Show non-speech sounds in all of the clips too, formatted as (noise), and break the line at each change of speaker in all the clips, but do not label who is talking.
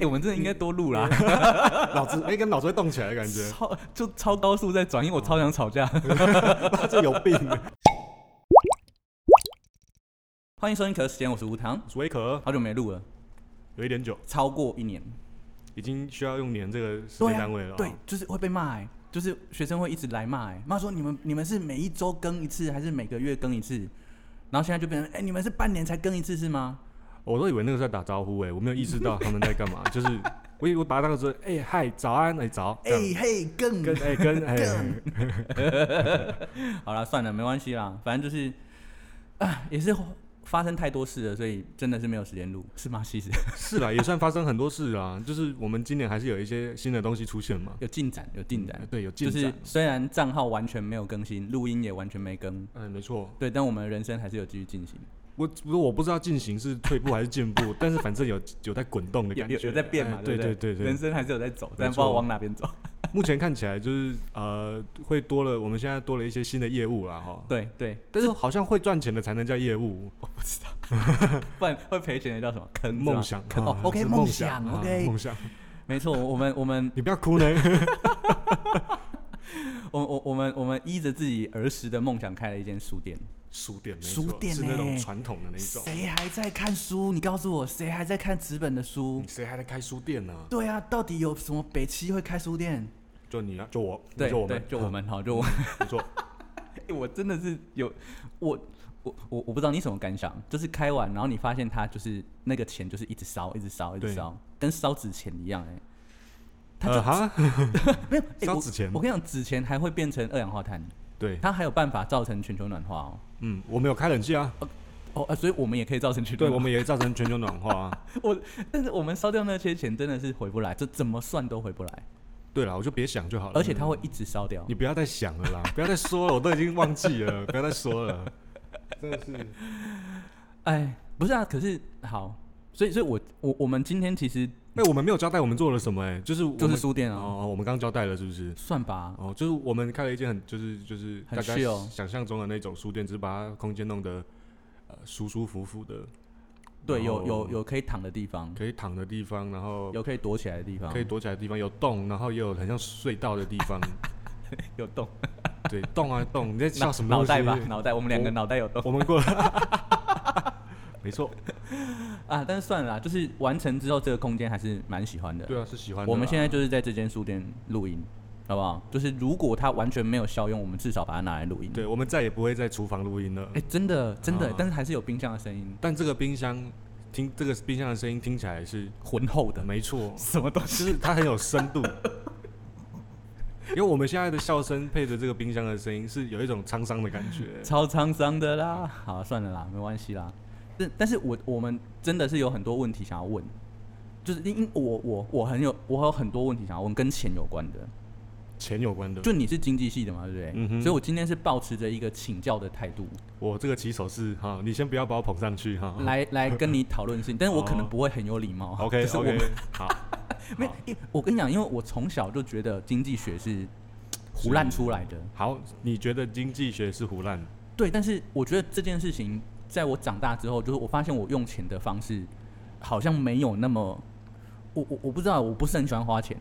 哎、我们真的应该多录啦，
脑子哎，跟脑子会动起来的感觉，
(laughs) 超就超高速在转，因为我超想吵架。
他这有病。
欢迎收听《可时间》，我是吴糖，
鼠尾壳
好久没录了，
有一点久，
超过一年。
已经需要用年这个时间单位了。啊
对，就是会被骂、欸，就是学生会一直来骂、欸，骂说你们你们是每一周更一次，还是每个月更一次？然后现在就变成，哎、你们是半年才更一次是吗？
我都以为那个是在打招呼哎，我没有意识到他们在干嘛，就是我以为把它当成是哎嗨早安哎早，
哎、嘿，更
这样跟哎跟哎
好了，算了，没关系啦，反正就是，啊，也是发生太多事了，所以真的是没有时间录，是吗？其实 (laughs)
是啦，也算发生很多事啦，就是我们今年还是有一些新的东西出现嘛。
有进展，有进展，
对，有进
就
展。
是虽然账号完全没有更新，录音也完全没更，
哎，没错，
对，但我们的人生还是有继续进行，
我不我不知道进行是退步还是进步，但是反正有有在滚动的
有
感
有
觉，
有在变嘛，
哎
对
对
不
对对对
人。生还是有在走，但
没
不知道
错
往哪边走。
目前看起来就是呃，会多了，我们现在多了一些新的业务啦哈。
对对，
但是好像会赚钱的才能叫业务，
不然会赔钱的叫什么坑是吧
梦想
坑哦
啊
，OK，
是
梦
梦
想
啊
，OK，
梦想。
没错，我们我们
你不要哭
(laughs)
呢，
我我我们我们依着自己儿时的梦想开了一间书店。
书店没
书
错
店
是那
呢
种传统的那一种。
谁还在看书？你告诉我，谁还在看纸本的书
你？谁还在开书店呢？
对啊，到底有什么北七会开书店？
就你啊，就我，
对
就我
对
们，，嗯
就
(laughs)
我们好，就我。
没错。
欸我真的是有，我我我我不知道你什么感想，就是开完，然后你发现它就是那个钱就是一直烧，一直烧，一直
对
烧，跟烧纸钱一样、欸，哎，它就
呃哈，
没有欸
烧
我
纸钱
我跟你讲，纸钱还会变成二氧化碳，
(laughs) 对，
它还有办法造成全球暖化哦。
嗯，我们有开冷气
(laughs)
啊，
哦，呃所以我们也可以造成全球
对，
暖
我
化。
们也造成全球暖化啊。
(laughs) 但是我们烧掉那些钱真的是回不来，这怎么算都回不来，
对了，我就别想就好了。
而且它会一直烧掉
嗯你。不要再想了啦，不要再说了，我都已经忘记了，不要再说
(laughs)
了，真的是。
哎，不是啊，可是好，所以所以我我我们今天其实
哎、我们没有交代我们做了什么、哎，就是我
就是
们
书店啊，
哦，我们刚交代了是不是？
算吧，
哦，就是我们开了一间很就是就是
很
大家
chill
想象中的那种书店，只是把它空间弄得呃舒舒服服的，
对，有
然后
有有可以躺的地方，
可以躺的地方，然后
有可以躲起来的地方，
可以躲起来的地方，有洞，然后也有很像隧道的地
(laughs)
方，
有洞，
对，洞啊洞，你在笑什么
脑
东
脑
西？ (laughs)
袋吧，脑袋，我们两个
我
脑袋有洞
我们过了，没错，
啊。但是算了啦，就是完成之后，这个空间还是蛮喜欢的。
对啊，是喜欢的啦。
我们现在就是在这间书店录音，好不好？就是如果它完全没有效用，我们至少把它拿来录音。，
对，我们再也不会在厨房录音了。
哎、真的真的、
啊
但是还是有冰箱的声音，
但这个冰箱听这个冰箱的声音听起来是
浑厚的，
没错，
什么东
就
西？
是它很有深度。因为我们现在的笑声配着这个冰箱的声音，是有一种沧桑的感觉。
超沧桑的啦。好，算了啦，没关系啦。但但是我我们真的是有很多问题想要问，就是因因我我我很有我有很多问题想要问，跟钱有关的。
钱有关的，
就你是经济系的嘛，对不对？
嗯哼
所以我今天是保持着一个请教的态度
我这个起手是哈，你先不要把我捧上去哈。
来来
(laughs)
跟你讨论事情，但是我可能
哦
不会很有礼貌。
，OK
(laughs) 就是我们
OK，好，
没有
好，
因为我跟你讲，因为我从小就觉得经济学是胡乱出来的，
好，你觉得经济学是胡乱？
对。但是我觉得这件事情，在我长大之后，就是我发现我用钱的方式好像没有那么，我我我不知道，我不是很喜欢花钱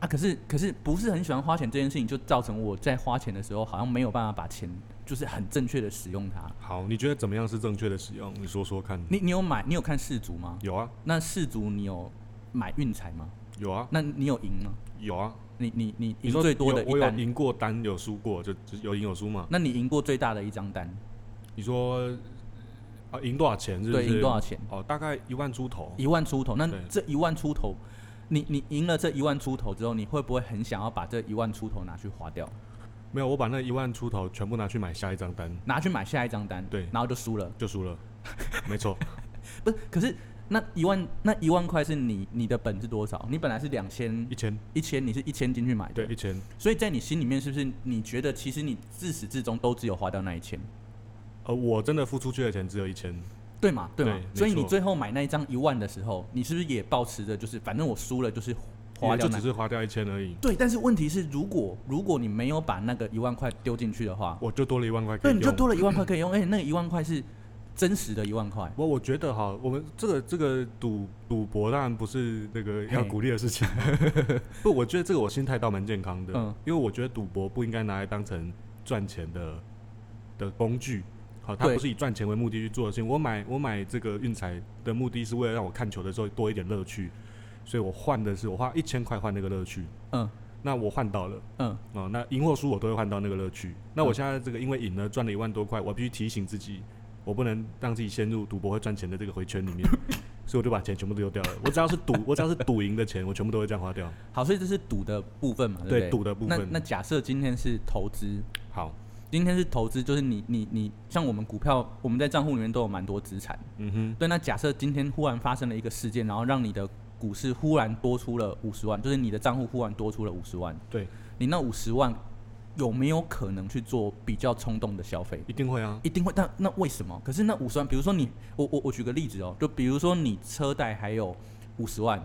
啊。可是可是不是很喜欢花钱这件事情，就造成我在花钱的时候，好像没有办法把钱就是很正确的使用它。
好，你觉得怎么样是正确的使用？你说说看。
你你有买？你有看世足吗？
有啊，
那世足你有买运彩吗？
有啊，
那你有赢吗？
有啊。
你你你
你
赢
说
最多
有
的
我有
一单，
赢过单，有输过，就就有赢有输嘛。
那你赢过最大的一张单，
你说啊，赢多少钱是不是？
对，赢多少钱？
哦，大概一万出头。
一万出头。那
对
这一万出头，你你赢了这一万出头之后，你会不会很想要把这一万出头拿去花掉，
没有，我把那一万出头全部拿去买下一张单，
拿去买下一张单？
对
然后就输了。
就
(laughs)
输了。没错，
不是，可是那一万那一万块是你你的本是多少？你本来是两千
一
(laughs)
千，
一千，你是一千进去买的，
对，一千。
所以在你心里面是不是你觉得其实你自始至终都只有花掉那一千？
呃，我真的付出去的钱只有一千，
对嘛，对嘛
对，没
所以你
错
最后买那一张一万的时候，你是不是也保持着就是反正我输了就是花
也
掉
就
那
只？是花掉一千而已，
对，但是问题是，如果如果你没有把那个一万块丢进去的话，
我就多了一万块可
对，
以
你就
用。
多了一万块可以用，而且那个一万块是真实的一万块。
我我觉得哈，我们这个这个赌赌博当然不是那个要
嘿
鼓励的事情， (laughs) 不，我觉得这个我心态倒蛮健康的，
嗯
因为我觉得赌博不应该拿来当成赚钱的的工具，好，它
对
不是以赚钱为目的去做的事情。我买我买这个运彩的目的是为了让我看球的时候多一点乐趣，所以我换的是我花一千块换那个乐趣，
嗯
那我换到了。
嗯，
哦，那赢或输我都会换到那个乐趣。那我
嗯
现在这个因为赢了赚了一万多块，我必须提醒自己，我不能让自己陷入赌博会赚钱的这个回圈里 (laughs) 面，所以我就把钱全部丢掉了。我只要是赌，我只要是赌赢的钱，我全部都会这样花掉。
好，所以这是赌的部分嘛，对不
对
对？
赌的部分
那那假设今天是投资，
好，
今天是投资，就是你你你，像我们股票，我们在账户里面都有蛮多资产。
嗯哼，
对，那假设今天忽然发生了一个事件，然后让你的股市忽然多出了五十万，就是你的账户忽然多出了五十万，
对，
你那五十万有没有可能去做比较冲动的消费？
一定会啊。
一定会，但那为什么？可是那五十万，比如说你，我我我举个例子哦，就比如说你车贷还有五十万，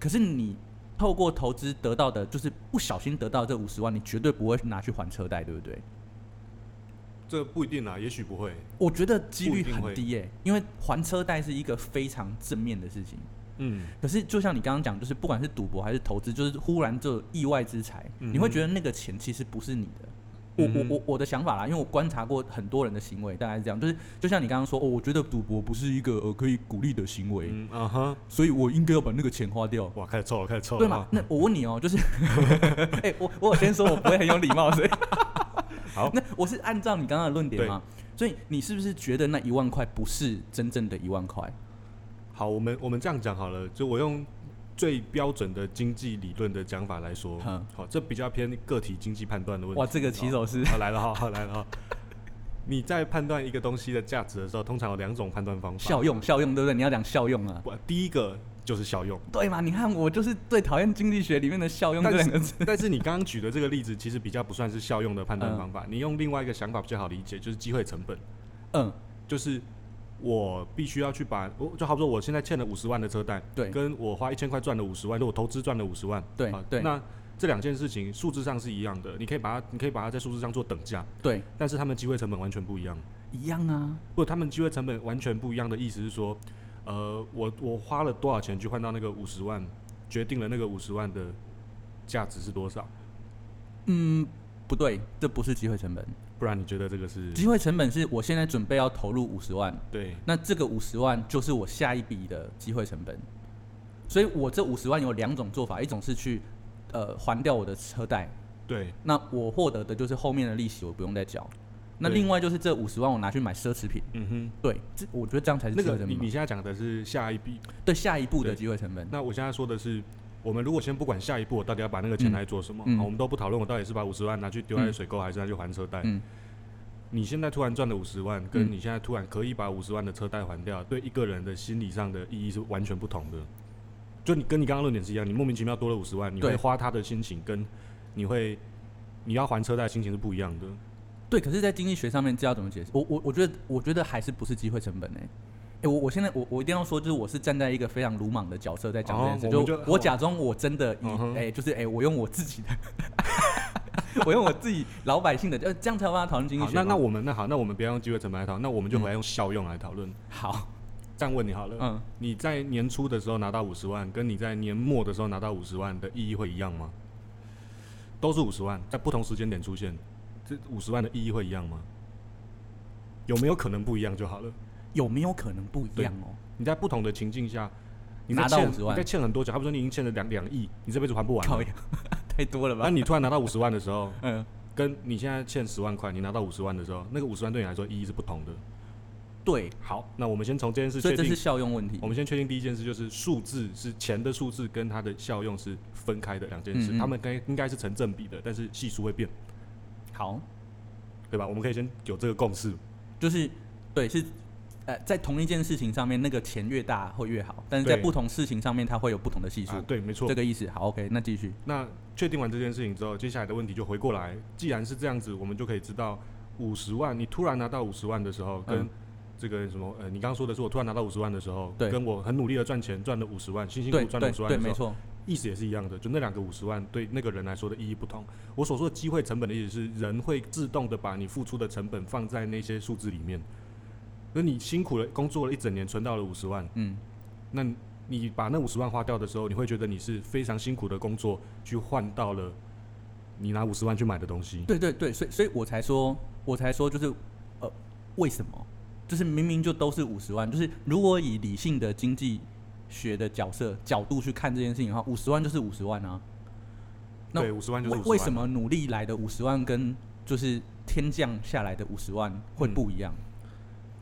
可是你透过投资得到的，就是不小心得到这五十万，你绝对不会拿去还车贷，对不对？
这不一定啊，也许不会。
我觉得几
不一
率
定
很
会
低耶、因为还车贷是一个非常正面的事情。
嗯，
可是就像你刚刚讲，就是不管是赌博还是投资，就是忽然就有意外之财，你会觉得那个钱其实不是你的。我
嗯
我
哼
我我的想法啦，因为我观察过很多人的行为，大概是这样，就是就像你刚刚说，哦，我觉得赌博不是一个呃可以鼓励的行为，
嗯啊哈，
所以我应该要把那个钱花掉，
哇，开始臭了，开始臭了。啊
对嘛？？那我问你哦，就是， (laughs) 哎、我我有先说我不会很有礼貌，所以
(laughs) 好
(laughs) 那我是按照你刚刚的论点嘛，所以你是不是觉得那一万块不是真正的一万块？
好，我们我们这样讲好了，就我用最标准的经济理论的讲法来说
嗯，
好，这比较偏个体经济判断的问题。
哇，这个起
好
手是
好来了哈，好来了哈。你在判断一个东西的价值的时候，通常有两种判断方法。
效用效用，对不对？你要讲效用啊。
不，第一个就是效
(laughs)
用。
对嘛？你看我就是最讨厌经济学里面的效用这
但
两
是
个字。
但是你刚刚举的这个例子，其实比较不算是效用的判断方法。你用另外一个想法比较好理解，就是机会成本，
嗯，
就是我必须要去把，我就好比说我现在欠了五十万的车贷，
对
跟我花一千块赚了五十万，就我投资赚了五十万，
对
啊
对
那这两件事情数字上是一样的，你可以把它，你可以把它在数字上做等价，
对，
但是他们机会成本完全不一样。
一样啊。
不，他们机会成本完全不一样的意思是说，呃，我我花了多少钱去换到那个五十万，决定了那个五十万的价值是多少。
嗯，不对，这不是机会成本。
不然你觉得这个是
机会成本是我现在准备要投入五十万，
对？
那这个五十万就是我下一笔的机会成本。所以我这五十万有两种做法，一种是去呃还掉我的车贷，
对
那我获得的就是后面的利息，我不用再缴。那
对
另外就是这五十万我拿去买奢侈品，
嗯哼，
对，这我觉得这样才是
那
机会
个
成
你
本
你
嘛。
现在讲的是下一笔，
对下一步的
对
机会成本，
那我现在说的是，我们如果先不管下一步我到底要把那个钱
嗯
拿来做什么，啊
嗯
好我们都不讨论我到底是把五十万拿去丢在
嗯
水沟，还是拿去还车贷。
嗯
你现在突然赚了五十万，跟
嗯
你现在突然可以把五十万的车贷还掉，对一个人的心理上的意义是完全不同的。就你跟你刚刚论点是一样，你莫名其妙多了五十万，你
对
会花他的心情跟你会你要还车贷的心情是不一样的。
对，可是，在经济学上面，这要怎么解释？我我我觉得，我觉得还是不是机会成本呢、欸？哎、我我现在我我一定要说，就是我是站在一个非常鲁莽的角色在讲这件事，
哦我们就
我假装我真的以哎
嗯、哼
就是哎、我用我自己的， (laughs) 我用我自己老百姓的，呃，这样才有办法讨论经济
好，
学
那
嘛。
那我们那好，那我们不要用机会成本来讨论，那我们就回来用效用来讨
嗯
论。
好，
这样问你好了，
嗯，
你在年初的时候拿到五十万，跟你在年末的时候拿到五十万的意义会一样吗？都是五十万，在不同时间点出现，这五十万的意义会一样吗？有没有可能不一样就好了？
有没有可能不一样哦？
你在不同的情境下，你在
拿到
欠
50万
你在欠很多钱，他不说你已经欠了两两亿，你这辈子还不完了。
靠呀， (laughs) 太多了
然后
吧？
你突然拿到五十万的时候，
(laughs) 嗯，
跟你现在欠十万块，你拿到五十万的时候，那个五十万对你来说意义是不同的。
对，
好，那我们先从这件事
所
确
以这
定
是效用问题
我。们先确定第一件事就是数字是钱的数字跟它的效用是分开的两件事，
嗯嗯
他们该应该是成正比的，但是系数会变，
好，
对吧？我们可以先有这个共识。
就是对是。呃，在同一件事情上面，那个钱越大会越好，但是在
对
不同事情上面，它会有不同的系数
啊，。对，没错
这。个意思。好，OK，那继续。
那确定完这件事情之后，接下来的问题就回过来，既然是这样子，我们就可以知道五十万，你突然拿到五十万的时候，跟
嗯
这个什么呃，你刚刚说的是我突然拿到五十万的时候，
对
跟我很努力的赚钱赚了五十万，辛辛苦
对
苦赚了
对
五十万
对，
的时
没
候，
错，
意思也是一样的，就那两个五十万对那个人来说的意义不同。我所说的机会成本的意思是，人会自动的把你付出的成本放在那些数字里面，那你辛苦了工作了一整年，存到了五十万，
嗯，
那你把那五十万花掉的时候，你会觉得你是非常辛苦的工作去换到了你拿五十万去买的东西。
对对对，所以所以我才说，我才说就是，呃，为什么？就是明明就都是五十万，就是如果以理性的经济学的角色角度去看这件事情的话，五十万就是五十万啊。那
对，五十万就是
为
五十万。啊
为什？么努力来的五十万跟就是天降下来的五十万会不一样？
嗯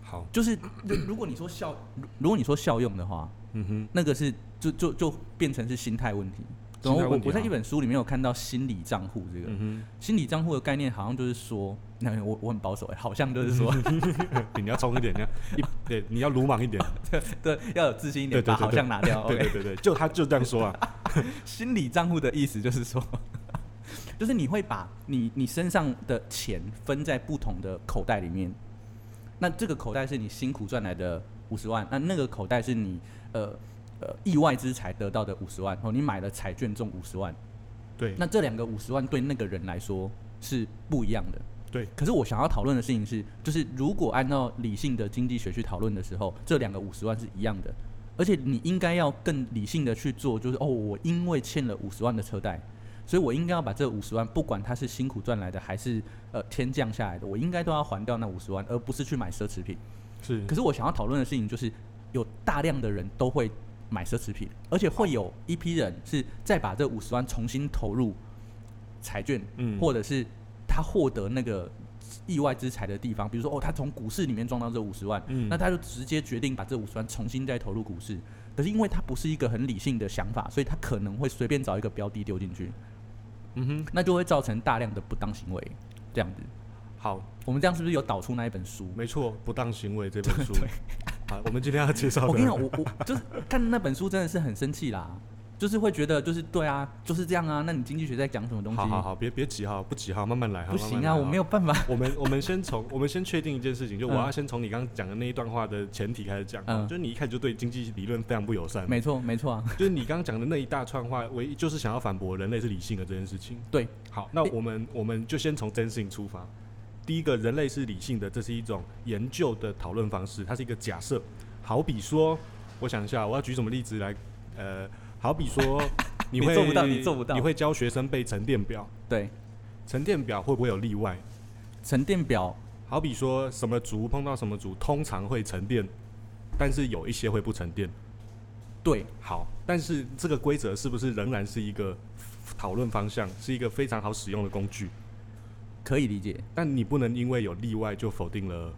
好，
就是如 (coughs) 如果你说效，如如果你说效用的话，
嗯哼，
那个是就就就变成是心态问题。
心
然
态
后我
问题
我在
啊
一本书里面有看到心理账户这个，
嗯
心理账户的概念好像就是说， (laughs) 那我我很保守哎、好像就
(laughs)
是说，
哼，你要冲一点，你要一对，你要鲁莽一点。
对，要有自信一
对
点，
对
把
对
好像拿
(laughs)
掉。
对
OK，
对对对，就他就这样说啊。
心理账户的意思就是说， (laughs) 就是你会把你你身上的钱分在不同的口袋里面，那这个口袋是你辛苦赚来的五十万，那那个口袋是你呃呃意外之财得到的五十万，哦，你买了彩券中五十万，
对，
那这两个五十万对那个人来说是不一样的。
对，
可是我想要讨论的事情是，就是如果按照理性的经济学去讨论的时候，这两个五十万是一样的，而且你应该要更理性的去做，就是哦，我因为欠了五十万的车贷，所以我应该要把这五十万，不管它是辛苦赚来的还是呃天降下来的，我应该都要还掉那五十万，而不是去买奢侈品。
是
可是我想要讨论的事情就是，有大量的人都会买奢侈品，而且会有一批人是再把这五十万重新投入彩券，
嗯
或者是他获得那个意外之财的地方，比如说哦，他从股市里面赚到这五十万，
嗯
那他就直接决定把这五十万重新再投入股市。可是因为他不是一个很理性的想法，所以他可能会随便找一个标的丢进去，
嗯哼，
那就会造成大量的不当行为。这样子，
好，
我们这样是不是有导出那一本书？
没错，《不当行为》这本书。好，我们今天要介绍的，
(laughs) 哦我跟你讲，我我就是看那本书真的是很生气啦，就是会觉得就是对啊，就是这样啊。那你经济学在讲什么东西？
好好好，别别急哈，不急哈，慢慢来哈。
不行
慢慢
啊，
来哈
我没有。办法。 (laughs)
我们我们先从我们先确定一件事情，就我
嗯
要先从你刚刚讲的那一段话的前提开始讲，
嗯
就是你一开始就对经济理论非常不友善，
没错，没错啊，
就是你刚刚讲的那一大串话，唯一就是想要反驳人类是理性的这件事情。
对，
好，那
诶
我们、我们就先从真性出发。第一个，人类是理性的，这是一种研究的讨论方式，它是一个假设。好比说，我想一下，我要举什么例子来？呃，好比
(laughs)
说，你
你
会
做不到你做不到
你会教学生背沉淀表，
对，
沉淀表会不会有例外？
沉淀表
好比说什么族碰到什么族，通常会沉淀，但是有一些会不沉淀。
对，
好，但是这个规则是不是仍然是一个讨论方向，是一个非常好使用的工具？
可以理解。
但你不能因为有例外就否定了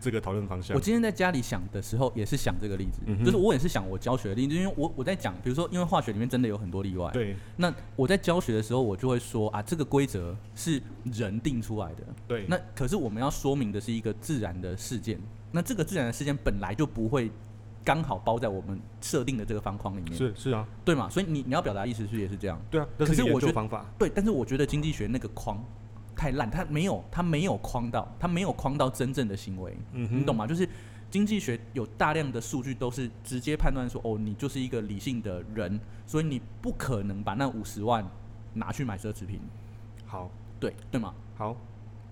这个讨论方向
我。今天在家里想的时候，也是想这个例子，
嗯哼
就是我也是想我教学的例子，因为我我在讲，比如说，因为化学里面真的有很多例外，
对
那我在教学的时候，我就会说啊，这个规则是人定出来的，
对，
那可是我们要说明的是一个自然的事件，那这个自然的事件本来就不会刚好包在我们设定的这个方框里面，
是是啊，
对嘛？所以你你要表达意思是不是也是这样？
对啊，这
可
是
是
一个研
我觉
究
得
方法。
对，但是我觉得经济学那个框太烂，它没有它没有框到，它没有框到真正的行为，
嗯
你懂吗？就是经济学有大量的数据都是直接判断说，哦，你就是一个理性的人，所以你不可能把那五十万拿去买奢侈品，
好，
对对吗？
好，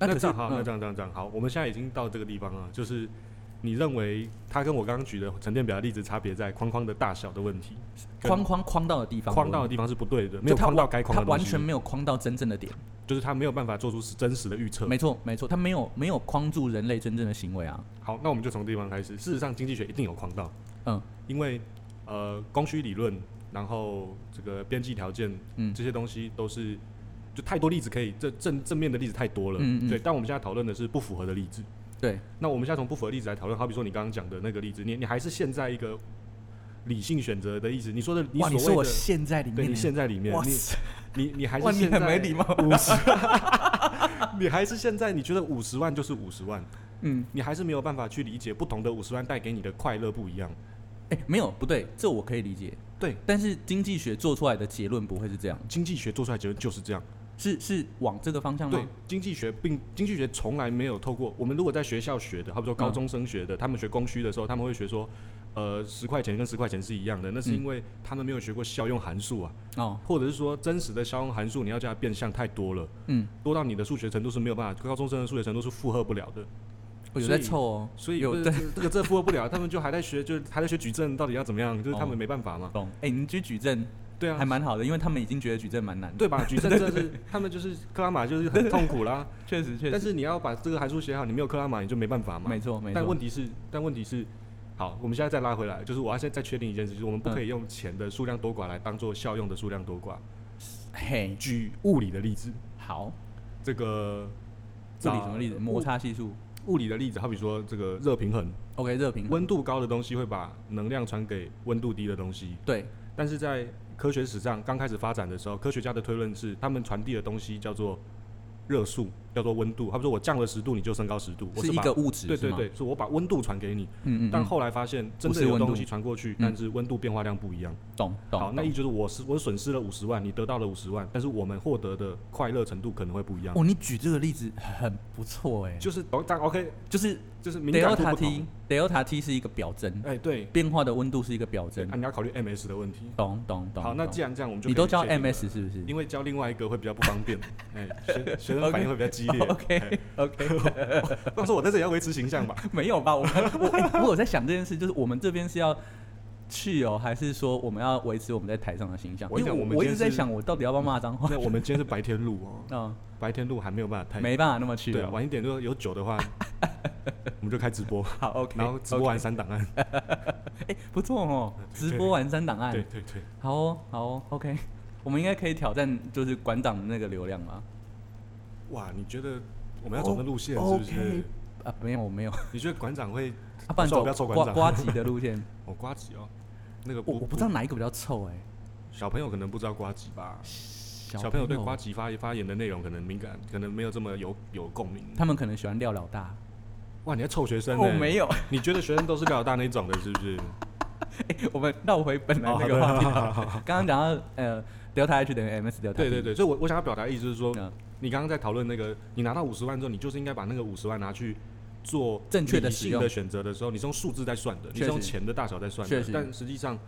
那
那
可是
这样好，
嗯
那这样这样这样好，我们现在已经到这个地方了，就是你认为它跟我刚刚举的沉淀表的例子差别在框框的大小的问题，跟
嗯框框框到的地方，
框到的地方是不对的，没有
就它
框到
完
该框
它
的东
完
西，
全没有框到真正的点。
就是它没有办法做出是真实的预测。
没错，没错，它没有没有框住人类真正的行为啊。
好，那我们就从地方开始。事实上，经济学一定有框到，
嗯，
因为呃，供需理论，然后这个边际条件，
嗯
这些东西都是就太多例子可以，这正正面的例子太多了，
嗯嗯嗯
对。但我们现在讨论的是不符合的例子。
对，
那我们现在从不符合的例子来讨论，好比说你刚刚讲的那个例子，你你还是陷在一个理性选择的意思，你说的你
哇，你说
所
我
谓的。
陷在里
对
面
你
呢，
陷在里面，
哇
你
塞，
你你还是
哇，你
陷
很
在
没礼貌。
五十， (laughs) 你还是现在你觉得五十万就是五十万，
嗯，
你还是没有办法去理解不同的五十万带给你的快乐不一样。
哎，没有，不对，这我可以理解。
对，
但是经济学做出来的结论不会是这样，
经济学做出来结论就是这样。
是是往这个方向
对
吗？，
经济学并经济学从来没有透过我们如果在学校学的，好比说
嗯
高中生学的，他们学供需的时候，他们会学说，呃，十块钱跟十块钱是一样的，那是因为他们没有学过效用函数啊，
哦，
或者是说真实的效用函数你要叫它变相太多了，
嗯，
多到你的数学程度是没有办法，高中生的数学程度是负荷不了的。
我有
所以
在凑哦，
所以
有
不是
对
这这个这负荷不了，他们就还在学，就是还在学举证到底要怎么样，就是他
哦
们没办法嘛。
懂。哎、你去举证
对啊
还，蛮好的，因为他们已经觉得举证蛮难的。
对吧？举证这是他们就是克拉玛就是很痛苦啦，
确实 (laughs) 确
但
实，
是你要把这个函数写好，你没有克拉玛你就没办法嘛
没。错没
但
错
问。题是，但问题是，好，我们现在再拉回来，就是我要现在再确定一件事，就是我们不可以用钱的数量多寡来当做效用的数量多寡。
嘿，
举物理的例子，
好，物
这个
理什么例子？摩擦系数。
物理的例子，好比说这个热平衡，
OK，热平衡。
温度高的东西会把能量传给温度低的东西，
对，
但是在科学史上刚开始发展的时候，科学家的推论是，他们传递的东西叫做热速，叫做温度。他们说我降了十度，你就升高十度，我
是一
把
个物质，
对对
是吗，
对，是我把温度传给你。
嗯嗯，
但
嗯
后来发现，真
不
的
是
有
温度
东西传过去，但是温度变化量不一样。
懂懂。
好，那
懂
意思就是我是我损失了五十万，你得到了五十万，但是我们获得的快乐程度可能会不一样。
哦，你举这个例子很不错哎，
就是哦，但 OK，
就是
就是敏感度
delta
不
T
同。
delta T 是一个表征，
哎，对，
变化的温度是一个表征
啊，。你要考虑 MS 的问题。
懂懂懂。
好，那
懂
既然这样，我们就
你
可以
都叫
确定了
MS 是不是
因为教另外一个会比较不
(laughs)
方便，哎、学学生反应会比较激烈。哎
？OK OK，
不然说我在这里要维持形象吧。
(laughs) 没有吧？我们我哎我有在想这件事，就是我们这边是要。去哦，还是说我们要维持我们在台上的形象？
我跟你
因为
讲我们
我一
今
直
天
在
是
想，我到底要不要骂脏话
那？我们今天是白天录哦，
(laughs) 嗯，
白天录还没有办法太
没办法那么去
对，
哦。
晚一点如果有酒
(laughs)
的话，我们就开直播，
好，OK。
然后直播完删档案。
哎，不错哦，直播完删档案
对。对对，
好哦，好哦，OK，我 (laughs) 们应该可以挑战就是馆长的那个流量吧？
哇，你觉得我们要走那路线是
哦
不是
OK 啊，没有，我
(laughs)
没有，啊，
你觉得馆长会
不然
不错
走
不要做馆
瓜
长 (laughs)
瓜吉的路线，
哦瓜子哦？那个
我我不知道哪一个比较臭哎、
小朋友可能不知道瓜子吧？
小
小朋友对瓜吉发发言的内容可能敏感，可能没有这么有有共鸣。
他们可能喜欢廖老大，
哇，你在臭学生呢、
我、没有，
你觉得学生都是老大那一种的，是不是？
(laughs) 我们绕回本来
哦
那
好
个
的
话题
好
好了，刚刚讲到呃，delta H 等于 ms delta，
对对，对，所以我我想要表达的意思是说，
嗯
你刚刚在讨论那个，你拿到五十万之后，你就是应该把那个五十万拿去做
正确的
理
使
性
用
的选择的时候，你是用数字在算的，你
确
是
实
用钱的大小在算
确
的
实，
但实际上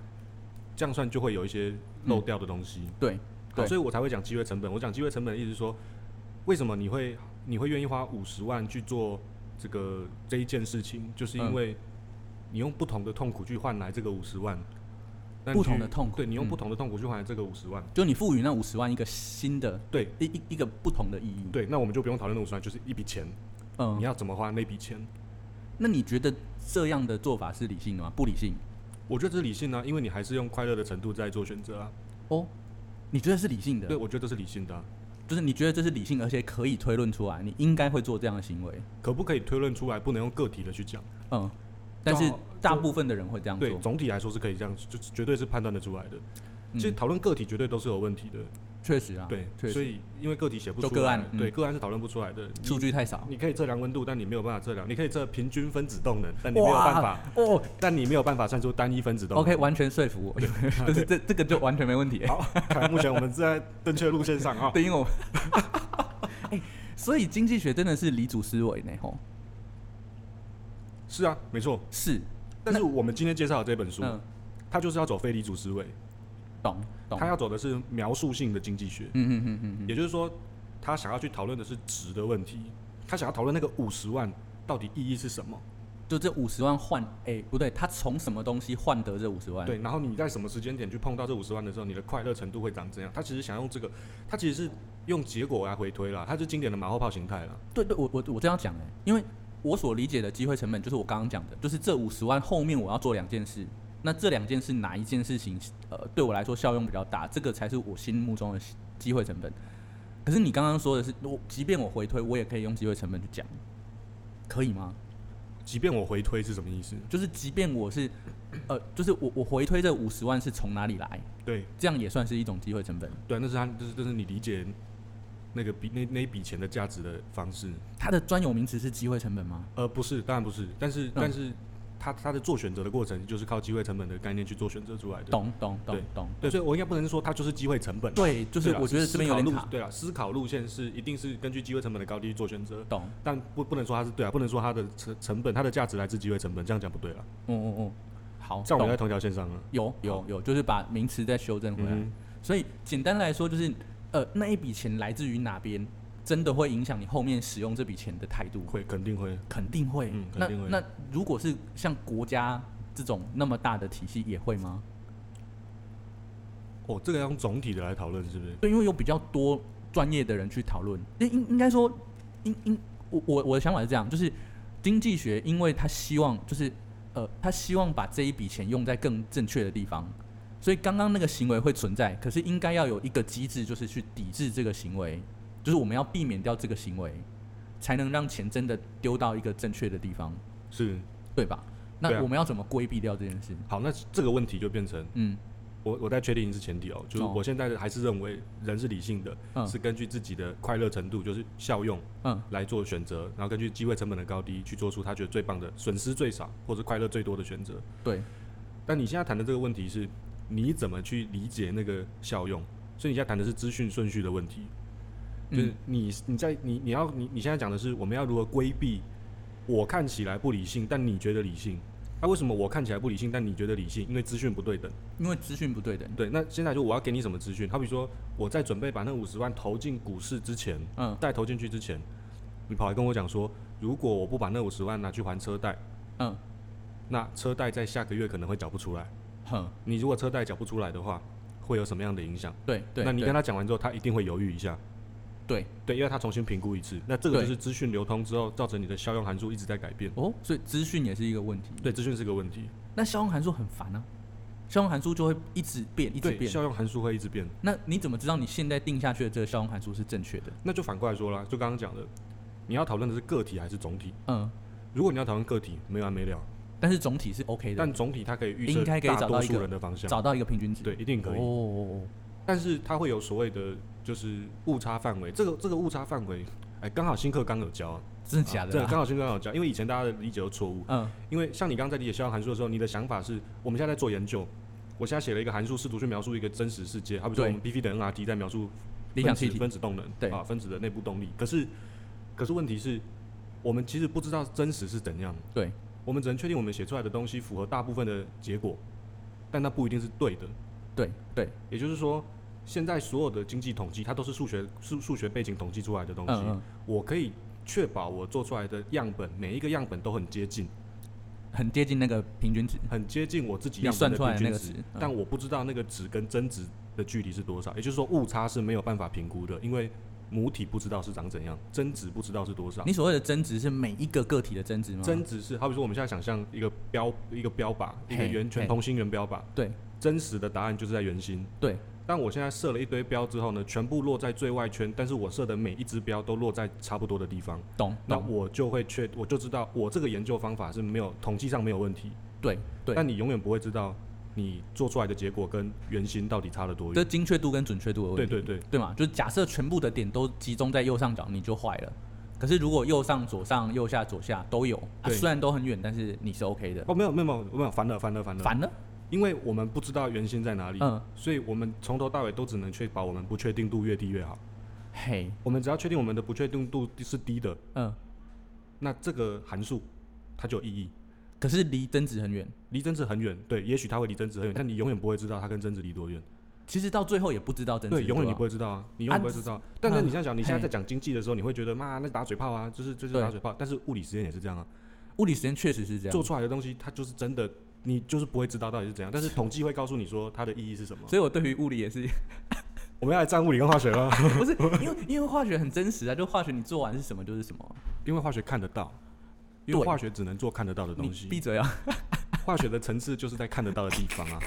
这样算就会有一些漏掉的东西。
对，
好，所以我才会讲机会成本。我讲机会成本的意思是说，为什么你会你会愿意花五十万去做这个这一件事情，就是因
嗯
为你用不同的痛苦去换来这个五十万。那你
不同
去
的痛苦
对你用
嗯
不同的痛苦去换来这个五十万，
就你赋予那五十万一个新的
对
一一一个不同的意义，，
对，那我们就不用讨论那五十万，就是一笔钱，你
嗯，
要怎么花那笔钱？
那你觉得这样的做法是理性的吗？不理性
我觉得这是理性啊，因为你还是用快乐的程度在做选择啊。
哦，你觉得是理性的？
对，我觉得这是理性的啊、
就是你觉得这是理性，而且可以推论出来，你应该会做这样的行为。
可不可以推论出来？不能用个体的去讲。
嗯，但是
就
大部分的人会这样
对，
做。
总体来说是可以这样，就绝对是判断得出来的。
嗯
其实讨论个体绝对都是有问题的。
确实啊，确
对，所
实
以因为个体写不
就
出
个
来
案，嗯
对个案是讨论不出来的。
数据太少。
你可以测量温度，但你没有办法测量。你可以测平均分子动能，但你没有办法，
哦。
但你没有办法算出单一分子动能。
OK，完全说服我， (laughs) 就是这这个就完全没问题。
好，看来目前我们是在正确的路线上啊。
(laughs) 对，因为我，哦哎所以经济学真的是离主思维呢，吼，
是啊，没错。
是，
但是我们今天介绍的这本书，
嗯，
它就是要走非理主思维，
懂懂
它，要走的是描述性的经济学，
嗯嗯嗯嗯嗯，
也就是说，他想要去讨论的是值的问题，他想要讨论那个五十万到底意义是什么。
就这五十万换，哎，不对，他从什么东西换得这五十万？
对，然后你在什么时间点去碰到这五十万的时候，你的快乐程度会长怎样？他其实想用这个，他其实是用结果来回推啦，他是经典的马后炮形态啦。
对对，我我我这样讲哎、因为我所理解的机会成本就是我刚刚讲的，就是这五十万后面我要做两件事，那这两件事哪一件事情呃对我来说效用比较大，这个才是我心目中的机会成本。可是你刚刚说的是，我即便我回推，我也可以用机会成本去讲，可以吗？
即便我回推是什么意思？
就是即便我是呃，就是我我回推这五十万是从哪里来，
对
这样也算是一种机会成本。
对，啊那是他，就是这是你理解那个笔那那一笔钱的价值的方式。
它的专有名词是机会成本吗？
呃，不是，当然不是，但是、
嗯
但是他他的做选择的过程就是靠机会成本的概念去做选择出来的。
懂懂懂
对
懂，
对，所以我应该不能说它就是机会成本。
对，就是
对啦
(laughs) 我觉得这边有
思
点
考路
卡，
对了，思考路线是一定是根据机会成本的高低去做选择。
懂。
但不不能说它是对啊，不能说它的成成本，它的价值来自机会成本，这样讲不对了。啊
嗯嗯嗯，好，
这样我们在同
懂
一条线上了。
有有有，就是把名词再修正回来。
嗯
所以简单来说，就是呃，那一笔钱来自于哪边？真的会影响你后面使用这笔钱的态度，
会肯定会，
肯定会。
嗯肯
那
定会
那如果是像国家这种那么大的体系，也会吗？
哦，这个要用总体的来讨论，是不是？
对，因为有比较多专业的人去讨论。应应应该说，应应我我我的想法是这样，就是经济学，因为他希望就是呃，他希望把这一笔钱用在更正确的地方，所以刚刚那个行为会存在，可是应该要有一个机制，就是去抵制这个行为，就是我们要避免掉这个行为，才能让钱真的丢到一个正确的地方，
是
对吧？
对
那
啊
我们要怎么规避掉这件事？
好，那这个问题就变成
嗯
我我在确定是前提哦，就是
哦
我现在还是认为人是理性的，
嗯
是根据自己的快乐程度，就是效用
嗯
来做选择，然后根据机会成本的高低去做出他觉得最棒的、损失最少或者快乐最多的选择。
对，
但你现在谈的这个问题是，你怎么去理解那个效用？所以你现在谈的是资讯顺序的问题，就是
嗯
你你在你你要你你现在讲的是我们要如何规避我看起来不理性，但你觉得理性。那、为什么我看起来不理性，但你觉得理性？因为资讯不对等。
因为资讯不对等，
对，那现在就我要给你什么资讯？好比说，我在准备把那五十万投进股市之前，
嗯
贷投进去之前，你跑来跟我讲说，如果我不把那五十万拿去还车贷，
嗯
那车贷在下个月可能会缴不出来。
哼，
你如果车贷缴不出来的话，会有什么样的影响？
对对，
那你
对
跟他讲完之后，他一定会犹豫一下，
对
对，因为他重新评估一次。那这个就
对
是资讯流通之后，造成你的效用函数一直在改变。
哦，所以资讯也是一个问题。
对，资讯是个问题。
那效用函数很烦啊，效用函数就会一直变，一直
对，
变。
效用函数会一直变。
那你怎么知道你现在定下去的这个效用函数是正确的？
那就反过来说啦，就刚刚讲的，你要讨论的是个体还是总体？
嗯，
如果你要讨论个体，没完没了。
但是总体是 OK 的，
但总体它可以预测
应该可以
大
找到
多
一个
数人的方向，
找到一个平均值。
对，一定可以。
哦哦
但是它会有所谓的就是误差范围，这个这个误差范围，哎，刚好新课刚有教啊，
哦，真的假
这
的
个
啊？
刚好新课刚有教，因为以前大家的理解都错误，
嗯，
因为像你刚刚在理解消耗函数的时候，你的想法是我们现在在做研究，我现在写了一个函数，试图去描述一个真实世界，好比说我
对
们 BV 等于 NRT 在描述
理
分
想
子
气体。
分子动能，
对
啊，分子的内部动力。可是可是问题是，我们其实不知道真实是怎样，
对，
我们只能确定我们写出来的东西符合大部分的结果，但那不一定是对的。
对对，
也就是说，现在所有的经济统计，它都是数学数数学背景统计出来的东
嗯
西。
嗯，
我可以确保我做出来的样本，每一个样本都很接近，
很接近那个平均值，
很接近我自己
你
样本
算
的
出来
平
的那
均
个
值
值。。嗯
但我不知道那个值跟真值的距离是多少，也就是说误差是没有办法评估的，因为母体不知道是长怎样，真值不知道是多少
你。所谓的真值是每一个个体的真值吗？
真值是好比说我们现在想象一个标一个标靶，一个
嘿
圆全
嘿
同心圆标靶，
对
真实的答案就是在圆心。
对，
但我现在设了一堆标之后呢，全部落在最外圈，但是我设的每一只标都落在差不多的地方，
懂
那
懂。
我就会确，我就知道我这个研究方法是没有统计上没有问题。
对
但
对，
你永远不会知道你做出来的结果跟原心到底差了多
这
远。
精确度跟准确度的问
对
题。
对对，
对嘛？就是假设全部的点都集中在右上角，你就坏了。可是如果右上、左上、右下、左下都有，啊、
对
虽然都很远，但是你是 OK 的。
哦，没有没有没有没有，烦了烦了烦了，
反了，
因为我们不知道原心在哪里，
嗯，
所以我们从头到尾都只能确保我们不确定度越低越好。
嘿，
我们只要确定我们的不确定度是低的，
嗯，
那这个函数它就有意义。
可是离真值很远。
离真值很远，对，也许它会离真值很远，但你永远不会知道它跟真值离多远。
其实到最后也不知道真值，
对，永远你
吧
不会知道啊，你永远不会知道。但是你这样讲，你现在在讲经济的时候，你会觉得妈，那打嘴炮啊，就是就是
对
打嘴炮。但是物理实验也是这样啊，
物理实验确实是这样
做。出来的东西它就是真的，你就是不会知道到底是怎样。 (laughs) 但是统计会告诉你说它的意义是什么。
所以我对于物理也是，
(laughs) 我们要来站物理跟化学了，
不是因为因为化学很真实啊，就化学你做完是什么就是什么。
(laughs) 因为化学看得到，因为
对
化学只能做看得到的
你
东西
闭。嘴啊！ (laughs)
化学的层次就是在看得到的地 (laughs) 方啊。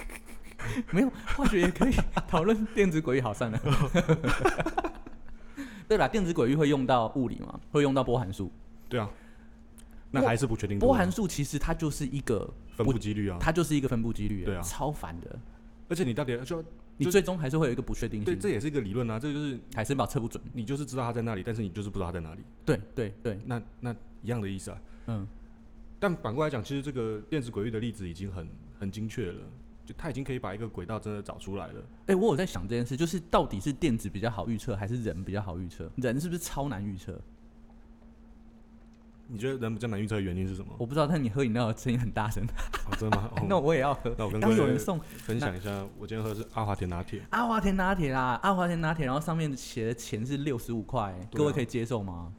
没有化学也可以讨论电子轨域，好算了。 (laughs) 对啦，电子轨域会用到物理嘛，会用到波函数。
对啊，那还是不确定度啊
波函数其实它就是一个
分布几率啊，
它就是一个分布几率，
对啊
超烦的。
而且你到底就
你
就
最终还是会有一个不确定
对，
性，
这也是一个理论啊，这就是
还是把测不准。
你就是知道它在那里，但是你就是不知道它在哪里。
对对对，
那那一样的意思啊。
嗯，
但反过来讲，其实这个电子轨域的例子已经很很精确了，就它已经可以把一个轨道真的找出来了。
哎、我有在想这件事，就是到底是电子比较好预测，还是人比较好预测？人是不是超难预测？
你觉得人比较难预测的原因是什么？
我不知道，但你喝饮料的声音很大声，
哦真的吗？哦
(laughs) 那我也要喝。
那我跟各
刚有
位
人送
分享一下，我今天喝的是阿华田拿铁，
阿华田拿铁啦，阿华田拿铁，然后上面写的钱是六十五块，
对啊
各位可以接受吗？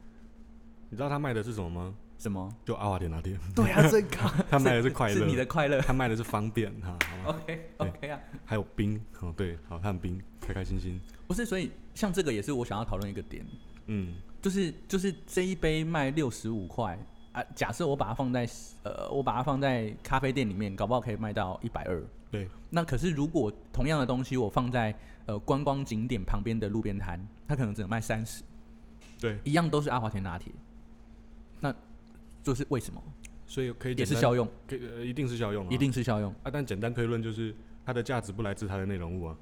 你知道他卖的是什么吗？
什么？
(laughs) 就阿华田拿
(laughs)
铁，
对啊，最高 (laughs)
他卖的是快
是你
乐，
的
(laughs)
快乐。
他卖的是方便哈，好吗
OK OK 啊，
还有冰，哦对，好，他很冰，开开心心，
不是，所以像这个也是我想要讨论一个点，
嗯，
就是就是这一杯卖六十五块啊，假设我把它放在呃，我把它放在咖啡店里面，搞不好可以卖到一百二。
对，
那可是如果同样的东西我放在呃观光景点旁边的路边摊，它可能只能卖三十，
对，
一样都是阿华田拿铁，那就是为什么？
所以可以
也
简
是
单
效用，
可以呃一定是效用啊，
一定是效用。
啊，但简单推论就是它的价值不来自它的内容物啊，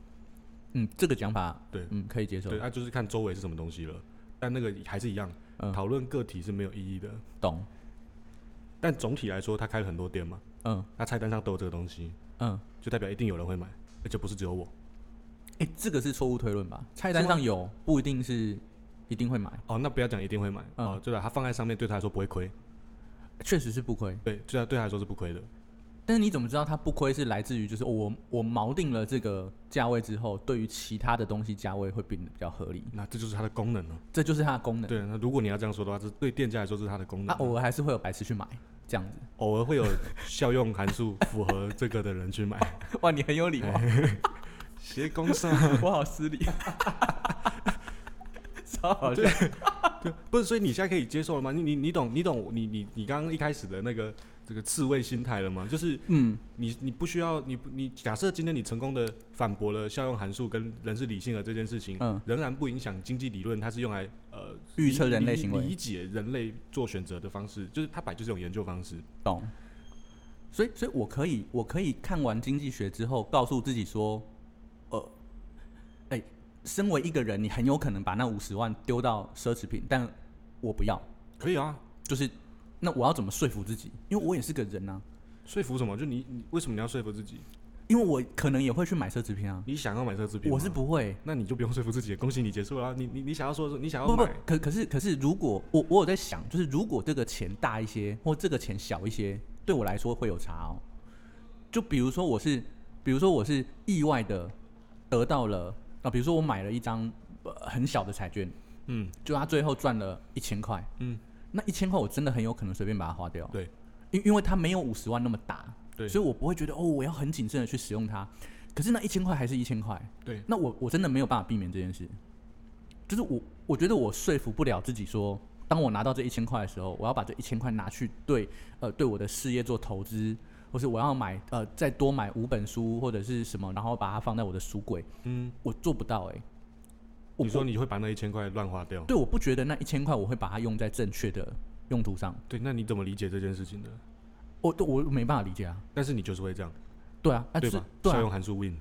嗯，这个讲法，
对
嗯，可以接受
对，，那、啊就是看周围是什么东西了。但那个还是一样，
嗯
讨论个体是没有意义的。
懂，
但总体来说，他开了很多店嘛，
嗯
那菜单上都有这个东西，
嗯，
就代表一定有人会买，而且不是只有我。
哎，这个是错误推论吧？菜单上有，不一定是一定会买，
哦，那不要讲一定会买，
嗯
哦，对了，他放在上面对他来说不会亏，
确实是不亏，
对，对啊他对他来说是不亏的。
但是你怎么知道它不亏是来自于就是、哦我我锚定了这个价位之后，对于其他的东西价位会变得比较合理，
那这就是它的功能了、
这就是它的功能。
对，那如果你要这样说的话，这对店家来说是它的功能。
那偶尔还是会有白痴去买这样子。
偶尔会有效用函数符合这个的人去买，
(laughs)
(laughs)
哇，你很有 (laughs) 礼貌，
斜弓上
我好失 (laughs) 礼，超好笑
对。不是，所以你现在可以接受了吗？你你你懂你懂你你你刚刚一开始的那个这个刺猬心态了吗？就是
嗯，
你你不需要你不你假设今天你成功的反驳了效用函数跟人是理性的这件事情，
嗯
仍然不影响经济理论，它是用来呃
预测人类
理
行为
理解人类做选择的方式，就是它本来就是一种研究方式。
懂。所以，所以我可以，我可以看完经济学之后，告诉自己说，呃，哎、身为一个人，你很有可能把那五十万丢到奢侈品，但我不要，
可以啊，
就是那我要怎么说服自己？因为我也是个人啊，
说服什么？就你你为什么你要说服自己？
因为我可能也会去买奢侈品啊，
你想要买奢侈品吗，
我是不会、
那你就不用说服自己了，恭喜你结束了啊。你你你想要说的是你想要
不不
买，，
可可是可是，如果我我有在想，就是如果这个钱大一些，或这个钱小一些，对我来说会有差哦。就比如说我是，比如说我是意外的得到了啊，比如说我买了一张、呃、很小的彩券，
嗯，
就他最后赚了一千块，
嗯，
那一千块我真的很有可能随便把它花掉，
对，
因因为它没有五十万那么大，
对
所以我不会觉得哦，我要很谨慎的去使用它。可是那一千块还是一千块，
对，
那我我真的没有办法避免这件事，就是我我觉得我说服不了自己说，当我拿到这一千块的时候，我要把这一千块拿去对呃对我的事业做投资，或是我要买呃再多买五本书或者是什么，然后把它放在我的书柜，
嗯，
我做不到哎、我
你说
我
你会把那一千块乱花掉，
对，我不觉得那一千块我会把它用在正确的用途上，
对，那你怎么理解这件事情的？
我对我没办法理解啊，
但是你就是会这样，
对啊，啊
对
是
吧？
对
效
啊
用函数 win，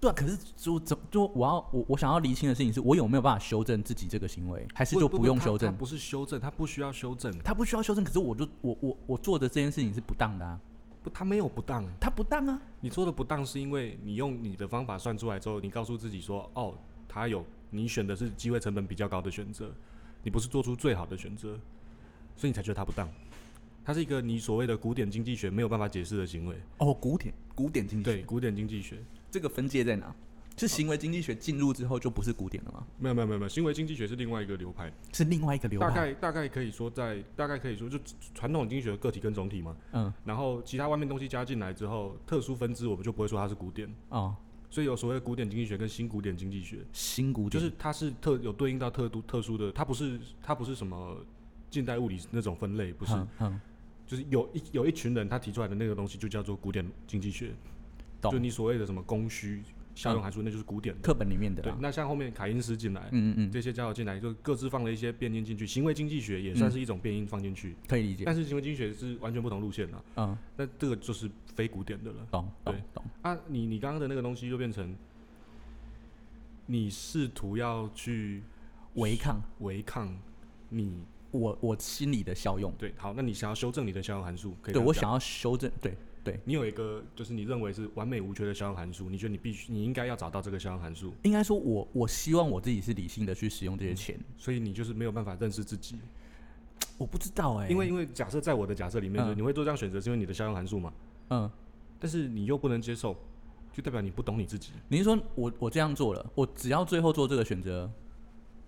对啊，可是就怎就我要我我想要厘清的事情是我有没有办法修正自己这个行为，还是就不用修
它
正
它？不是修正，它不需要修正，
他不需要修正，可是我就我我我做的这件事情是不当的啊，
不，它没有不当。
他不当啊，
你做的不当是因为你用你的方法算出来之后，你告诉自己说，哦，它有你选的是机会成本比较高的选择，你不是做出最好的选择，所以你才觉得它不当。它是一个你所谓的古典经济学没有办法解释的行为。
哦，古典古典经济
对，
学
古典经济学
这个分界在哪？是行为经济学进入之后就不是古典了吗？
没有没有没有没有，行为经济学是另外一个流派，
是另外一个流
大
派，
概大概可以说在大概可以说就传统经济学的个体跟总体嘛，
嗯
然后其他外面东西加进来之后，特殊分支我们就不会说它是古典，
哦，
所以有所谓的古典经济学跟新古典经济学，
新古典
就是它是特有对应到特殊特殊的，它不是它不是什么近代物理那种分类，不是，
嗯嗯
就是有一有一群人他提出来的那个东西就叫做古典经济学，
懂
就你所谓的什么供需效用函数，那就是古典的。
课本里面的
对
啦，，
那像后面凯恩斯进来，
啊嗯嗯嗯，
这些家伙进来就各自放了一些变音进去，行为经济学也算是一种变音放进去，
可以理解，
但是行为经济学是完全不同路线的、
嗯，
那这个就是非古典的了
懂懂
对
懂，
啊！你你刚刚的那个东西就变成，你试图要去
违抗
违抗你
我我心里的效用，
对好，那你想要修正你的效用函数，可以
对
这样
我
讲
想要修正，对对，
你有一个就是你认为是完美无缺的效用函数，你觉得你必须你应该要找到这个效用函数，
应该说我我希望我自己是理性的去使用这些钱，
所以你就是没有办法认识自己。
我不知道哎、
因为因为假设在我的假设里面，
嗯
就是你会做这样选择，是因为你的效用函数嘛？
嗯，
但是你又不能接受，就代表你不懂你自己。
你是说我我这样做了，我只要最后做这个选择，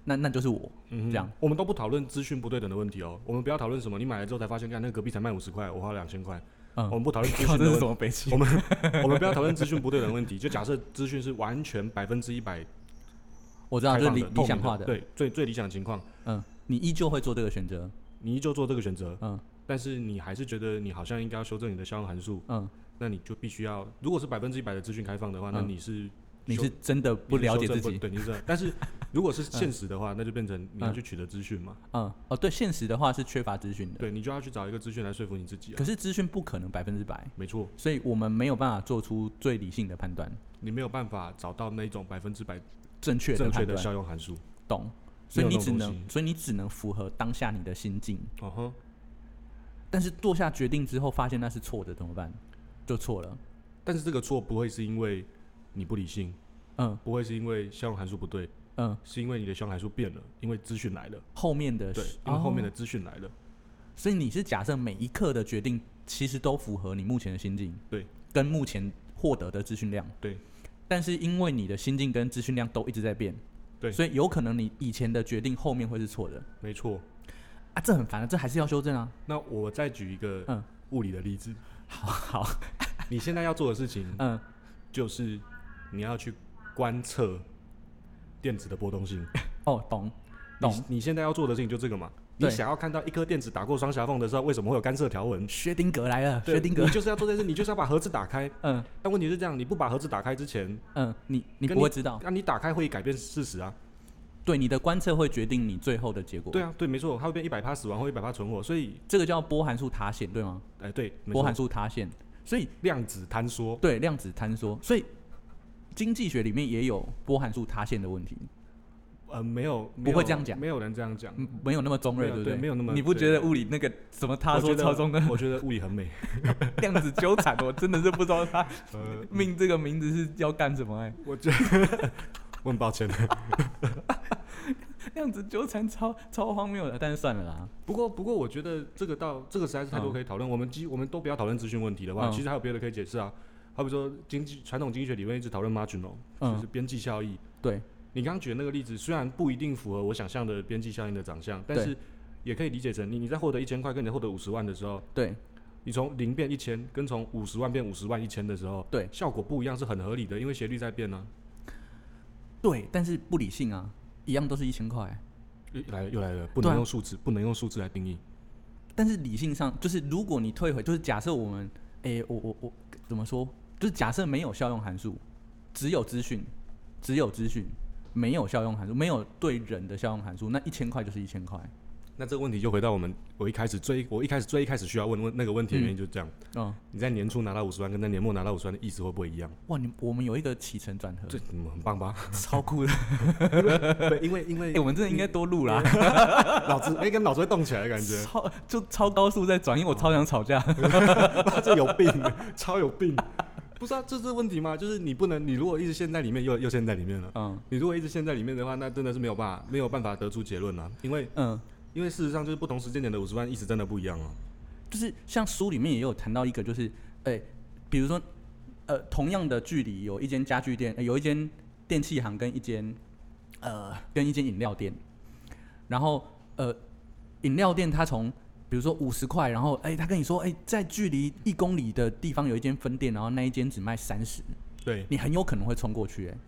那那就是我。
嗯
这样
我们都不讨论资讯不对等的问题哦。我们不要讨论什么，你买了之后才发现，看那个隔壁才卖五十块，我花两千块。
嗯
我 (laughs) 们不
(laughs)
讨论资
靠
讯的
这
问
是什
题，
么悲情？
我们我们不要讨论资讯不对等的问题。就假设资讯是完全百分之一百
我知道，
开
啊这是
放
理
的、透
理想
明
化
的，
的。
对，最最理想的情况，
嗯，你依旧会做这个选择。
你依旧做这个选择，
嗯
但是你还是觉得你好像应该要修正你的效用函数，
嗯，
那你就必须要，如果是百分之一百的资讯开放的话，那
嗯
你是
你
修
是真的不
你是
了
修
解
正
自
不
己。
对，你
(laughs)
是这样。但是如果是现实的话，那就变成你要去取得资讯嘛，
嗯，哦，对，现实的话是缺乏资讯的。
对你就要去找一个资讯来说服你自己啊
可。是资讯不可能百分之百，
没错，
所以我们没有办法做出最理性的判断，
你没有办法找到那种百分之百
正确的
正确
判
的
断。
效用函数。
懂。所以
没有那
你只
种东
能，所以你只能符合当下你的心境。
哦哼，
但是做下决定之后，发现那是错的，怎么办？就错了。
但是这个错不会是因为你不理性，
嗯
不会是因为效用函数不对，
嗯，
是因为你的效用函数变了，因为资讯来了，
后面的
对
是，
因为后面
哦
的资讯来了。
所以你是假设每一刻的决定其实都符合你目前的心境，
对，
跟目前获得的资讯量，
对。
但是因为你的心境跟资讯量都一直在变，
对
所以有可能你以前的决定后面会是错的
没错。
啊，这很烦啊，这还是要修正啊。
那我再举一
嗯
个物理的例子，
好好，
你现在要做的事情
嗯，
就是你要去观测电子的波动性。
哦，懂，懂
你。你现在要做的事情就这个嘛？
对
你想要看到一颗电子打过双狭缝的时候，为什么会有干涉条纹？
薛丁格来了，
对
薛丁格
你，就是要做这件事，你就是要把盒子打开。
嗯
但问题是这样，你不把盒子打开之前，
嗯，你你
跟
不会知道，
那、你打开会改变事实啊。
对，你的观测会决定你最后的结果。
对，啊，对，没错，它会变一百趴死亡或一百趴存活，所以，
这个叫波函数塌陷，对吗？
哎、对，没
波
错
函，数塌陷，所以
量子坍缩，
对，量子坍缩，所以经济学里面也有波函数塌陷的问题，
呃，没有，
不
没有
会这样讲
没有人这样讲。
嗯没有那么中
没
锐，
有
对不
对
对？
没有那么
你不
对
觉得物理那个什么塌
我
缩
觉得
超中跟
我觉得物理很美，
(laughs) 量子纠缠，我真的是不知道他
呃，
命这个名字是要干什么哎、
我觉我很抱歉。
量子纠缠超超荒谬的，但是算了啦，
不过，不过，我觉得这个到这个实在是太多
嗯
可以讨论。我们基我们都不要讨论资讯问题的话，
嗯
其实还有别的可以解释啊。好比说经济传统经济学里面一直讨论 marginal，、
嗯
就是边际效益。
对，
你刚刚举的那个例子，虽然不一定符合我想象的边际效应的长相，但
对
是也可以理解成你你在获得一千块跟你获得五十万的时候，
对
你从零变一千，跟从五十万变五十万一千的时候，
对
效果不一样是很合理的，因为斜率在变啊呢、
对，但是不理性啊，一样都是一千块、
又来了又来了，不
对啊
能用数字，不能用数字来定义。
但是理性上，就是如果你退回，就是假设我们，诶、我我我怎么说？就是假设没有效用函数，只有资讯，只有资讯，没有效用函数，没有对人的效用函数，那一千块就是一千块。
那这个问题就回到我们我一开始最我一开始最一开始需要问问那个问题的原因就是这样。
嗯，
你在年初拿到五十万，跟在年末拿到五十万的意思会不会一样？
哇，你我们有一个起承转合
这，嗯很棒吧？
(laughs) 超酷的。
对，因为 (laughs) 因
哎、
为
我们真的应该多录啦，
脑子哎，跟脑子会动起来的感觉，
超就超高速在转，因为我超想吵架。
他这有病，
(laughs)
超有病。不是啊，这是问题吗？就是你不能，你如果一直陷在里面，又又陷在里面了。
嗯
你如果一直陷在里面的话，那真的是没有办法，没有办法得出结论啊。因为
嗯，
因为事实上就是不同时间点的五十万意思真的不一样啊。
就是像书里面也有谈到一个，就是诶、比如说，呃，同样的距离，有一间家具店，呃有一间电器行跟一间呃跟一间饮料店，然后呃，饮料店它从比如说五十块，然后哎、他跟你说，哎、在距离一公里的地方有一间分店，然后那一间只卖三十，
对，
你很有可能会冲过去、哎，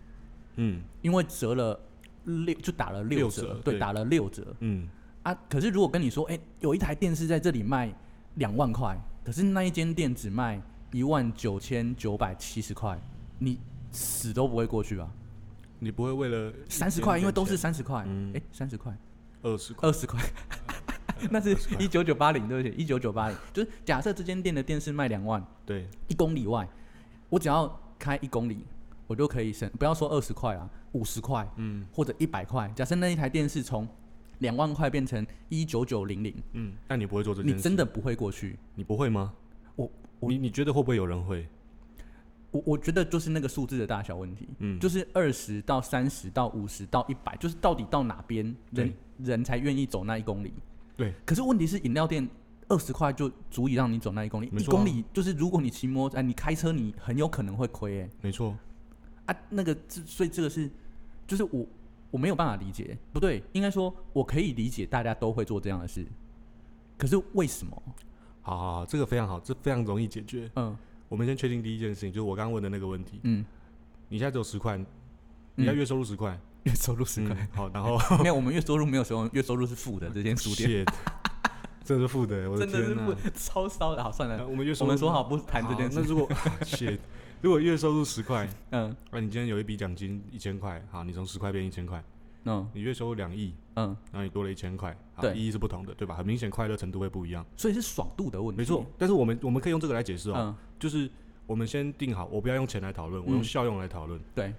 嗯
因为折了六，就打了六
六
折，
折
对，
对
打了六折。
嗯，
啊，可是如果跟你说，哎、有一台电视在这里卖两万块，可是那一间店只卖一万九千九百七十块，你死都不会过去吧？
你不会为了
三十块，因为都是三十块，
嗯
哎，三十块，
二十块，
二十块， (laughs) 那是一九九八零，对不起，一九九八零，就是假设这间店的电视卖两万，
对，
一公里外，我只要开一公里，我就可以省，不要说二十块啊，五十块，
嗯
或者一百块。假设那一台电视从两万块变成一九九零零，
嗯，但你不会做这件
你
事，
真的不会过去。
你不会吗？
我我
你你觉得会不会有人会？
我我觉得就是那个数字的大小问题，
嗯
就是二十到三十到五十到一百，就是到底到哪边
对
人人才愿意走那一公里？
对，
可是问题是饮料店二十块就足以让你走那一公里，
没
一
错啊
公里就是如果你骑摩托哎，你开车你很有可能会亏哎、
没错，
啊，那个这所以这个是就是我我没有办法理解，不对，应该说我可以理解大家都会做这样的事，可是为什么？
好好好，这个非常好，这非常容易解决。 (laughs)
嗯
我们先确定第一件事情，就是我刚刚问的那个问题。
嗯，
你现在只有十块，你要
嗯
月收入十块，
月收入十
嗯
块，
好，
(laughs)
然后
没有，我们月收入没有收入，月收入是负的，这间书店
Shit，这是负的，我的
真的
天
是
哪
负，！超骚的。好，算
啊
了，
我们月收
我
入
们说好不谈这件
好那
事。
如
(laughs)
果 shit，如果月收入十块，
嗯
那你今天有一笔奖金一千块，好，你从十块变一千块，
嗯
你月收入两亿，
嗯，
然后你多了一千块，好
对
意义是不同的，对吧？很明显，快乐程度会不一样，
所以是爽度的问题。
没错。但是我们我们可以用这个来解释哦，
嗯，
就是我们先定好，我不要用钱来讨论，我用
嗯
效用来讨论。
对，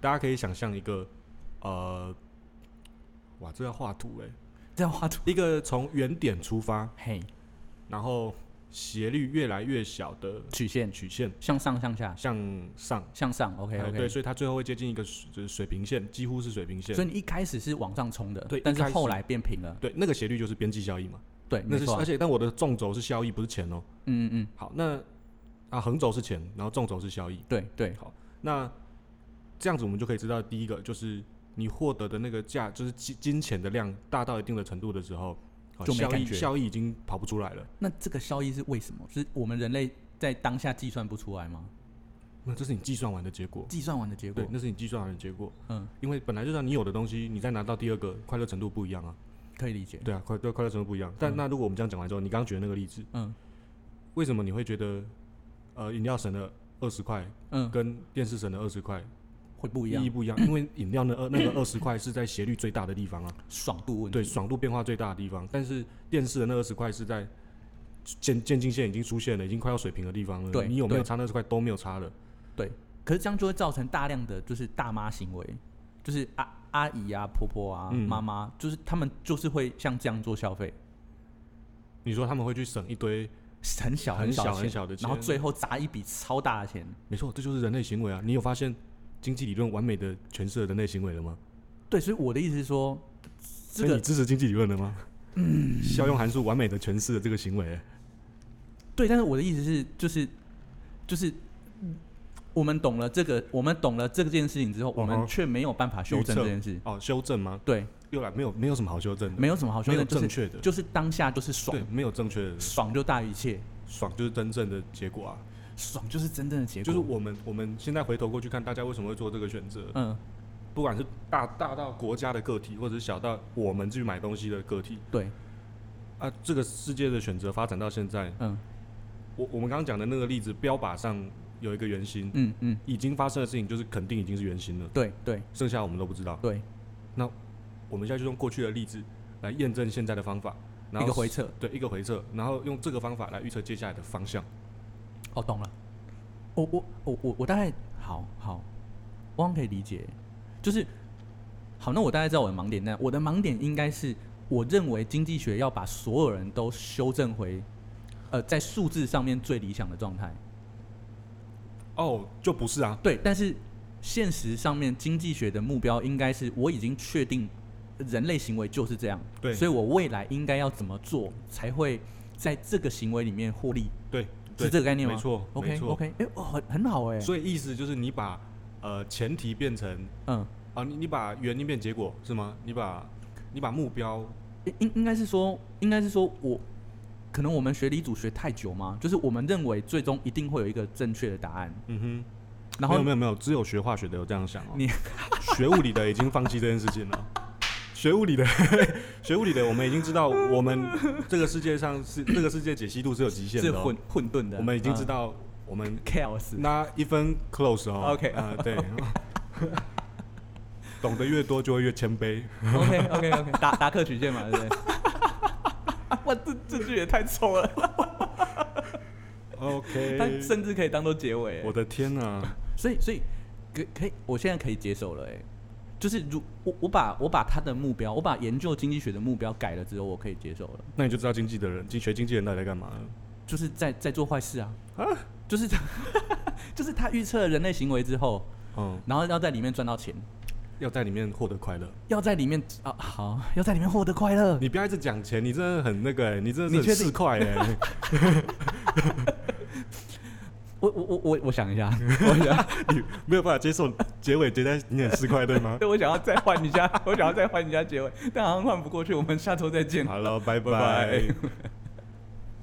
大家可以想象一个，呃，哇，这要画图
(laughs)
哎、
这样画图。
一个从原点出发，
嘿，
然后斜率越来越小的
曲线
曲线
向上向下
向上。
向上，OK
哎对，
OK。
所以它最后会接近一个水就是水平线，几乎是水平线。
所以你一开始是往上冲的，
对
但
一
是
开始
后来变平了，
对，那个斜率就是边际效益嘛。
对，
那
没
是
错
而
啊，
且但我的纵轴是效益，不是钱哦。
嗯嗯嗯，
好，那啊横轴是钱，然后纵轴是效益。
对对，
那这样子我们就可以知道，第一个就是你获得的那个价，就是金金钱的量大到一定的程度的时候，啊
就没
效
感
益
觉
效益已经跑不出来了。
那这个效益是为什么？是我们人类在当下计算不出来吗？
那这是你计算完的结果。
计算完的结果
对，，那是你计算完的结果，
嗯，
因为本来就让你有的东西，你再拿到第二个，快乐程度不一样啊。
可以理解。
对啊，快对快乐程度不一样。但那如果我们这样讲完之后，你刚刚举的那个例子，
嗯
为什么你会觉得，呃，饮料省了二十块，
嗯，
跟电视省了二十块
会不一
意
样
义，不一样？因为饮料那二那个二十块是在斜率最大的地方啊，
爽度问题。
对，爽度变化最大的地方。但是电视的那二十块是在渐渐进线已经出现了，已经快要水平的地方了。
对
你有没有
对
差那十块都没有差了。
可是这样就会造成大量的就是大妈行为，就是阿阿姨啊、婆婆啊、
嗯
妈妈、就是他们就是会像这样做消费，
你说他们会去省一堆，
很小
很
小
小
的
很
钱
小的钱
然后最后砸一笔超大的钱。
没错，这就是人类行为啊！你有发现经济理论完美的诠释了人类行为了吗？
对，所以我的意思是说，这
所以
个
你支持经济理论了吗？嗯，效用函数完美的诠释了这个行为、欸
对，但是我的意思是，就是就是。我们懂了这个，我们懂了这件事情之后，我
嗯
们
哼
却没有办法修
预
正
测
这件事。
哦，修正吗？
对，
又来，没有没有什么好修正的，
没有什么好修
没有
正，就
正
是
确的，
就是当下就是爽
对，，没有正确的
爽就大于一切，
爽就是真正的结果啊！
爽就是真正的结
就
果。
是我们我们现在回头过去看，大家为什么会做这个选择？
嗯，
不管是大大到国家的个体，或者是小到我们去买东西的个体
对，
啊，这个世界的选择发展到现在，
嗯
我我们刚刚讲的那个例子标靶上有一个圆心，
嗯嗯，
已经发生的事情就是肯定已经是圆心了，
对对
剩下我们都不知道。
对，
我们现在就用过去的例子来验证现在的方法，然
一
后
个回撤。
对一个回撤，然后用这个方法来预测接下来的方向。
哦，懂了。我我我我我大概好好，我好像可以理解，就是好。那我大概知道我的盲点在哪。那我的盲点应该是，我认为经济学要把所有人都修正回，呃，在数字上面最理想的状态。
哦，就不是啊，
对，但是现实上面经济学的目标应该是，我已经确定人类行为就是这样，
对
所以我未来应该要怎么做才会在这个行为里面获利，
对，
是
对
这个概念吗？
没错
o k
没错
OK，哎、哦，很很好哎、
所以意思就是你把呃前提变成
嗯，
啊，你你把原因变结果是吗？你把你把目标
应应应该是说，应该是说我可能我们学理组学太久嘛，就是我们认为最终一定会有一个正确的答案，
嗯
然
没
后
有没有没有，只有学化学的有这样想哦。
你
(laughs) 学物理的已经放弃这件事情了。学物理的， (laughs) 学物理的，我们已经知道，我们这个世界上是这个世界解析度是有极限
是
的、哦
混。混沌的，嗯
我们已经知道，我们
chaos，
那一分 close 哦。
OK，
啊、对。 (laughs) 懂得越多，就会越谦卑。
(laughs) OK OK OK，达 (laughs) 达克曲线嘛，
(laughs)
对不对？哇，这这句也太臭了， (laughs) 它
OK，
甚至可以当做结尾
哎我
欸。
的天啊哪、
所以所以可可以，我现在可以接受了哎，就是如我我把我把他的目标，我把研究经济学的目标改了之后，我可以接受了，
那你就知道经济的人，经学经济的人到底在干嘛了。
就是在在做坏事啊
啊
(laughs) 就是他就是他预测了人类行为之后，
嗯，
然后要在里面赚到钱，
要在里面获得快乐。
要在里面啊，好，要在里面获得快乐。
你不要一直讲钱，你真的很那个、欸，你真的是
你确
很市
定
侩
(laughs)
哎。
我我我我我想一下， (laughs) 我想，
你没有办法接受结尾觉得你很市侩对
(laughs)
吗
我想要再换 (laughs) 一下，我想要再换一下结尾，但好像换不过去。我们下周再见。
好了，拜
拜拜
拜。